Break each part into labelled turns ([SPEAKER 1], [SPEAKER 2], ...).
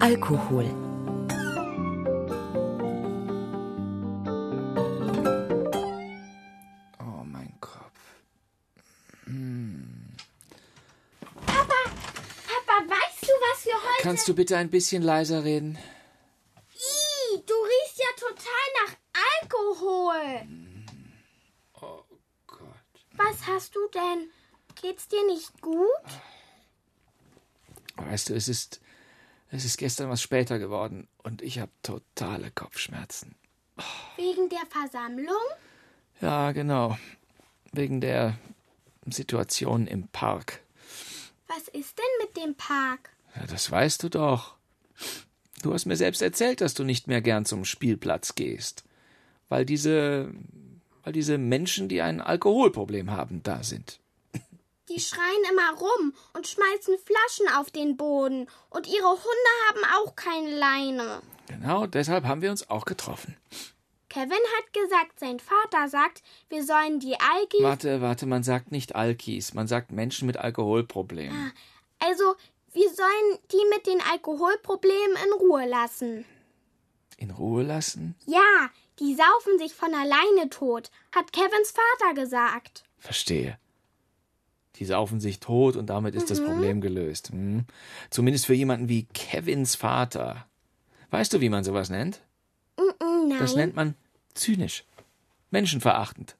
[SPEAKER 1] Alkohol.
[SPEAKER 2] Oh, mein Kopf.
[SPEAKER 3] Papa, weißt du, was wir heute...
[SPEAKER 2] Kannst du bitte ein bisschen leiser reden?
[SPEAKER 3] Ih, du riechst ja total nach Alkohol.
[SPEAKER 2] Gott.
[SPEAKER 3] Was hast du denn? Geht's dir nicht gut?
[SPEAKER 2] Weißt du, es ist. Es ist gestern was später geworden und ich habe totale Kopfschmerzen.
[SPEAKER 3] Wegen der Versammlung?
[SPEAKER 2] Ja, genau. Wegen der Situation im Park.
[SPEAKER 3] Was ist denn mit dem Park?
[SPEAKER 2] Ja, das weißt du doch. Du hast mir selbst erzählt, dass du nicht mehr gern zum Spielplatz gehst, weil diese weil diese Menschen, die ein Alkoholproblem haben, da sind.
[SPEAKER 3] Die schreien immer rum und schmeißen Flaschen auf den Boden. Und ihre Hunde haben auch keine Leine.
[SPEAKER 2] Genau, deshalb haben wir uns auch getroffen.
[SPEAKER 3] Kevin hat gesagt, sein Vater sagt, wir sollen die Algi,
[SPEAKER 2] Warte, warte, man sagt nicht Alkis, man sagt Menschen mit Alkoholproblemen.
[SPEAKER 3] also wir sollen die mit den Alkoholproblemen in Ruhe lassen.
[SPEAKER 2] In Ruhe lassen?
[SPEAKER 3] Ja, die saufen sich von alleine tot, hat Kevins Vater gesagt.
[SPEAKER 2] Verstehe. Die saufen sich tot und damit ist das Problem gelöst. Hm? Zumindest für jemanden wie Kevins Vater. Weißt du, wie man sowas nennt?
[SPEAKER 3] Mm, Nein.
[SPEAKER 2] Das nennt man zynisch, menschenverachtend.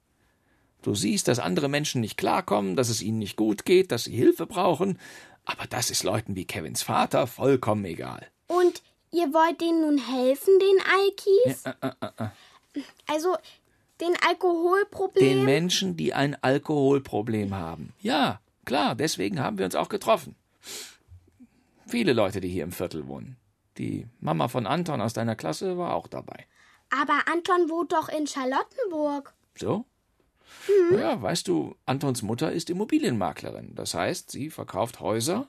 [SPEAKER 2] Du siehst, dass andere Menschen nicht klarkommen, dass es ihnen nicht gut geht, dass sie Hilfe brauchen, aber das ist Leuten wie Kevins Vater vollkommen egal.
[SPEAKER 3] Und ihr wollt denen nun helfen, den Alkis?
[SPEAKER 2] äh,
[SPEAKER 3] Also den Alkoholproblem?
[SPEAKER 2] Den Menschen, die ein Alkoholproblem haben. Ja, klar, deswegen haben wir uns auch getroffen. Viele Leute, die hier im Viertel wohnen. Die Mama von Anton aus deiner Klasse war auch dabei.
[SPEAKER 3] Aber Anton wohnt doch in Charlottenburg.
[SPEAKER 2] So? Ja, weißt du, Antons Mutter ist Immobilienmaklerin. Das heißt, sie verkauft Häuser,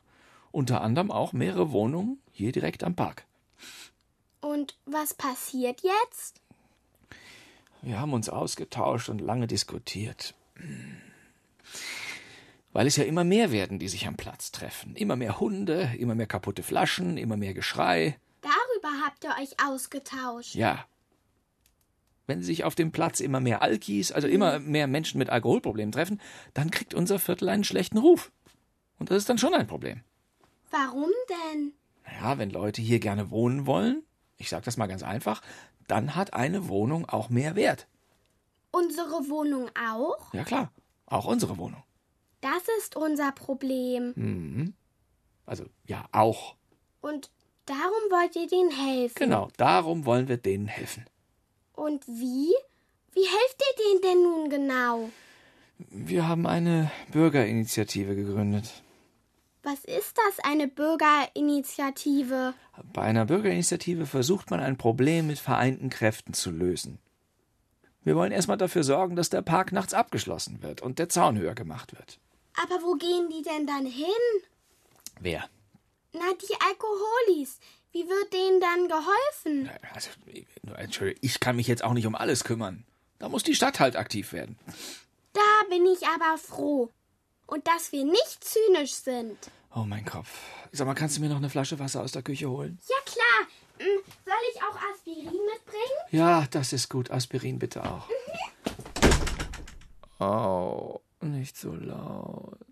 [SPEAKER 2] unter anderem auch mehrere Wohnungen hier direkt am Park.
[SPEAKER 3] Und was passiert jetzt?
[SPEAKER 2] Wir haben uns ausgetauscht und lange diskutiert. Weil es ja immer mehr werden, die sich am Platz treffen. Immer mehr Hunde, immer mehr kaputte Flaschen, immer mehr Geschrei.
[SPEAKER 3] Darüber habt ihr euch ausgetauscht.
[SPEAKER 2] Ja. Wenn sich auf dem Platz immer mehr Alkis, also immer mehr Menschen mit Alkoholproblemen treffen, dann kriegt unser Viertel einen schlechten Ruf. Und das ist dann schon ein Problem.
[SPEAKER 3] Warum denn?
[SPEAKER 2] Ja, wenn Leute hier gerne wohnen wollen, ich sag das mal ganz einfach, dann hat eine Wohnung auch mehr Wert.
[SPEAKER 3] Unsere Wohnung auch?
[SPEAKER 2] Ja klar, auch unsere Wohnung.
[SPEAKER 3] Das ist unser Problem.
[SPEAKER 2] Also ja, auch.
[SPEAKER 3] Und darum wollt ihr denen helfen.
[SPEAKER 2] Genau, darum wollen wir denen helfen.
[SPEAKER 3] Und wie? Wie helft ihr denen denn nun genau?
[SPEAKER 2] Wir haben eine Bürgerinitiative gegründet.
[SPEAKER 3] Was ist das, eine Bürgerinitiative?
[SPEAKER 2] Bei einer Bürgerinitiative versucht man ein Problem mit vereinten Kräften zu lösen. Wir wollen erstmal dafür sorgen, dass der Park nachts abgeschlossen wird und der Zaun höher gemacht wird.
[SPEAKER 3] Aber wo gehen die denn dann hin?
[SPEAKER 2] Wer?
[SPEAKER 3] Na, die Alkoholis. Wie wird denen dann geholfen?
[SPEAKER 2] Also, Entschuldigung, ich kann mich jetzt auch nicht um alles kümmern. Da muss die Stadt halt aktiv werden.
[SPEAKER 3] Da bin ich aber froh. Und dass wir nicht zynisch sind.
[SPEAKER 2] Oh, mein Kopf. Sag mal, kannst du mir noch eine Flasche Wasser aus der Küche holen?
[SPEAKER 3] Ja, klar. Hm, Soll ich auch Aspirin mitbringen?
[SPEAKER 2] Ja, das ist gut. Aspirin bitte auch. Oh, nicht so laut.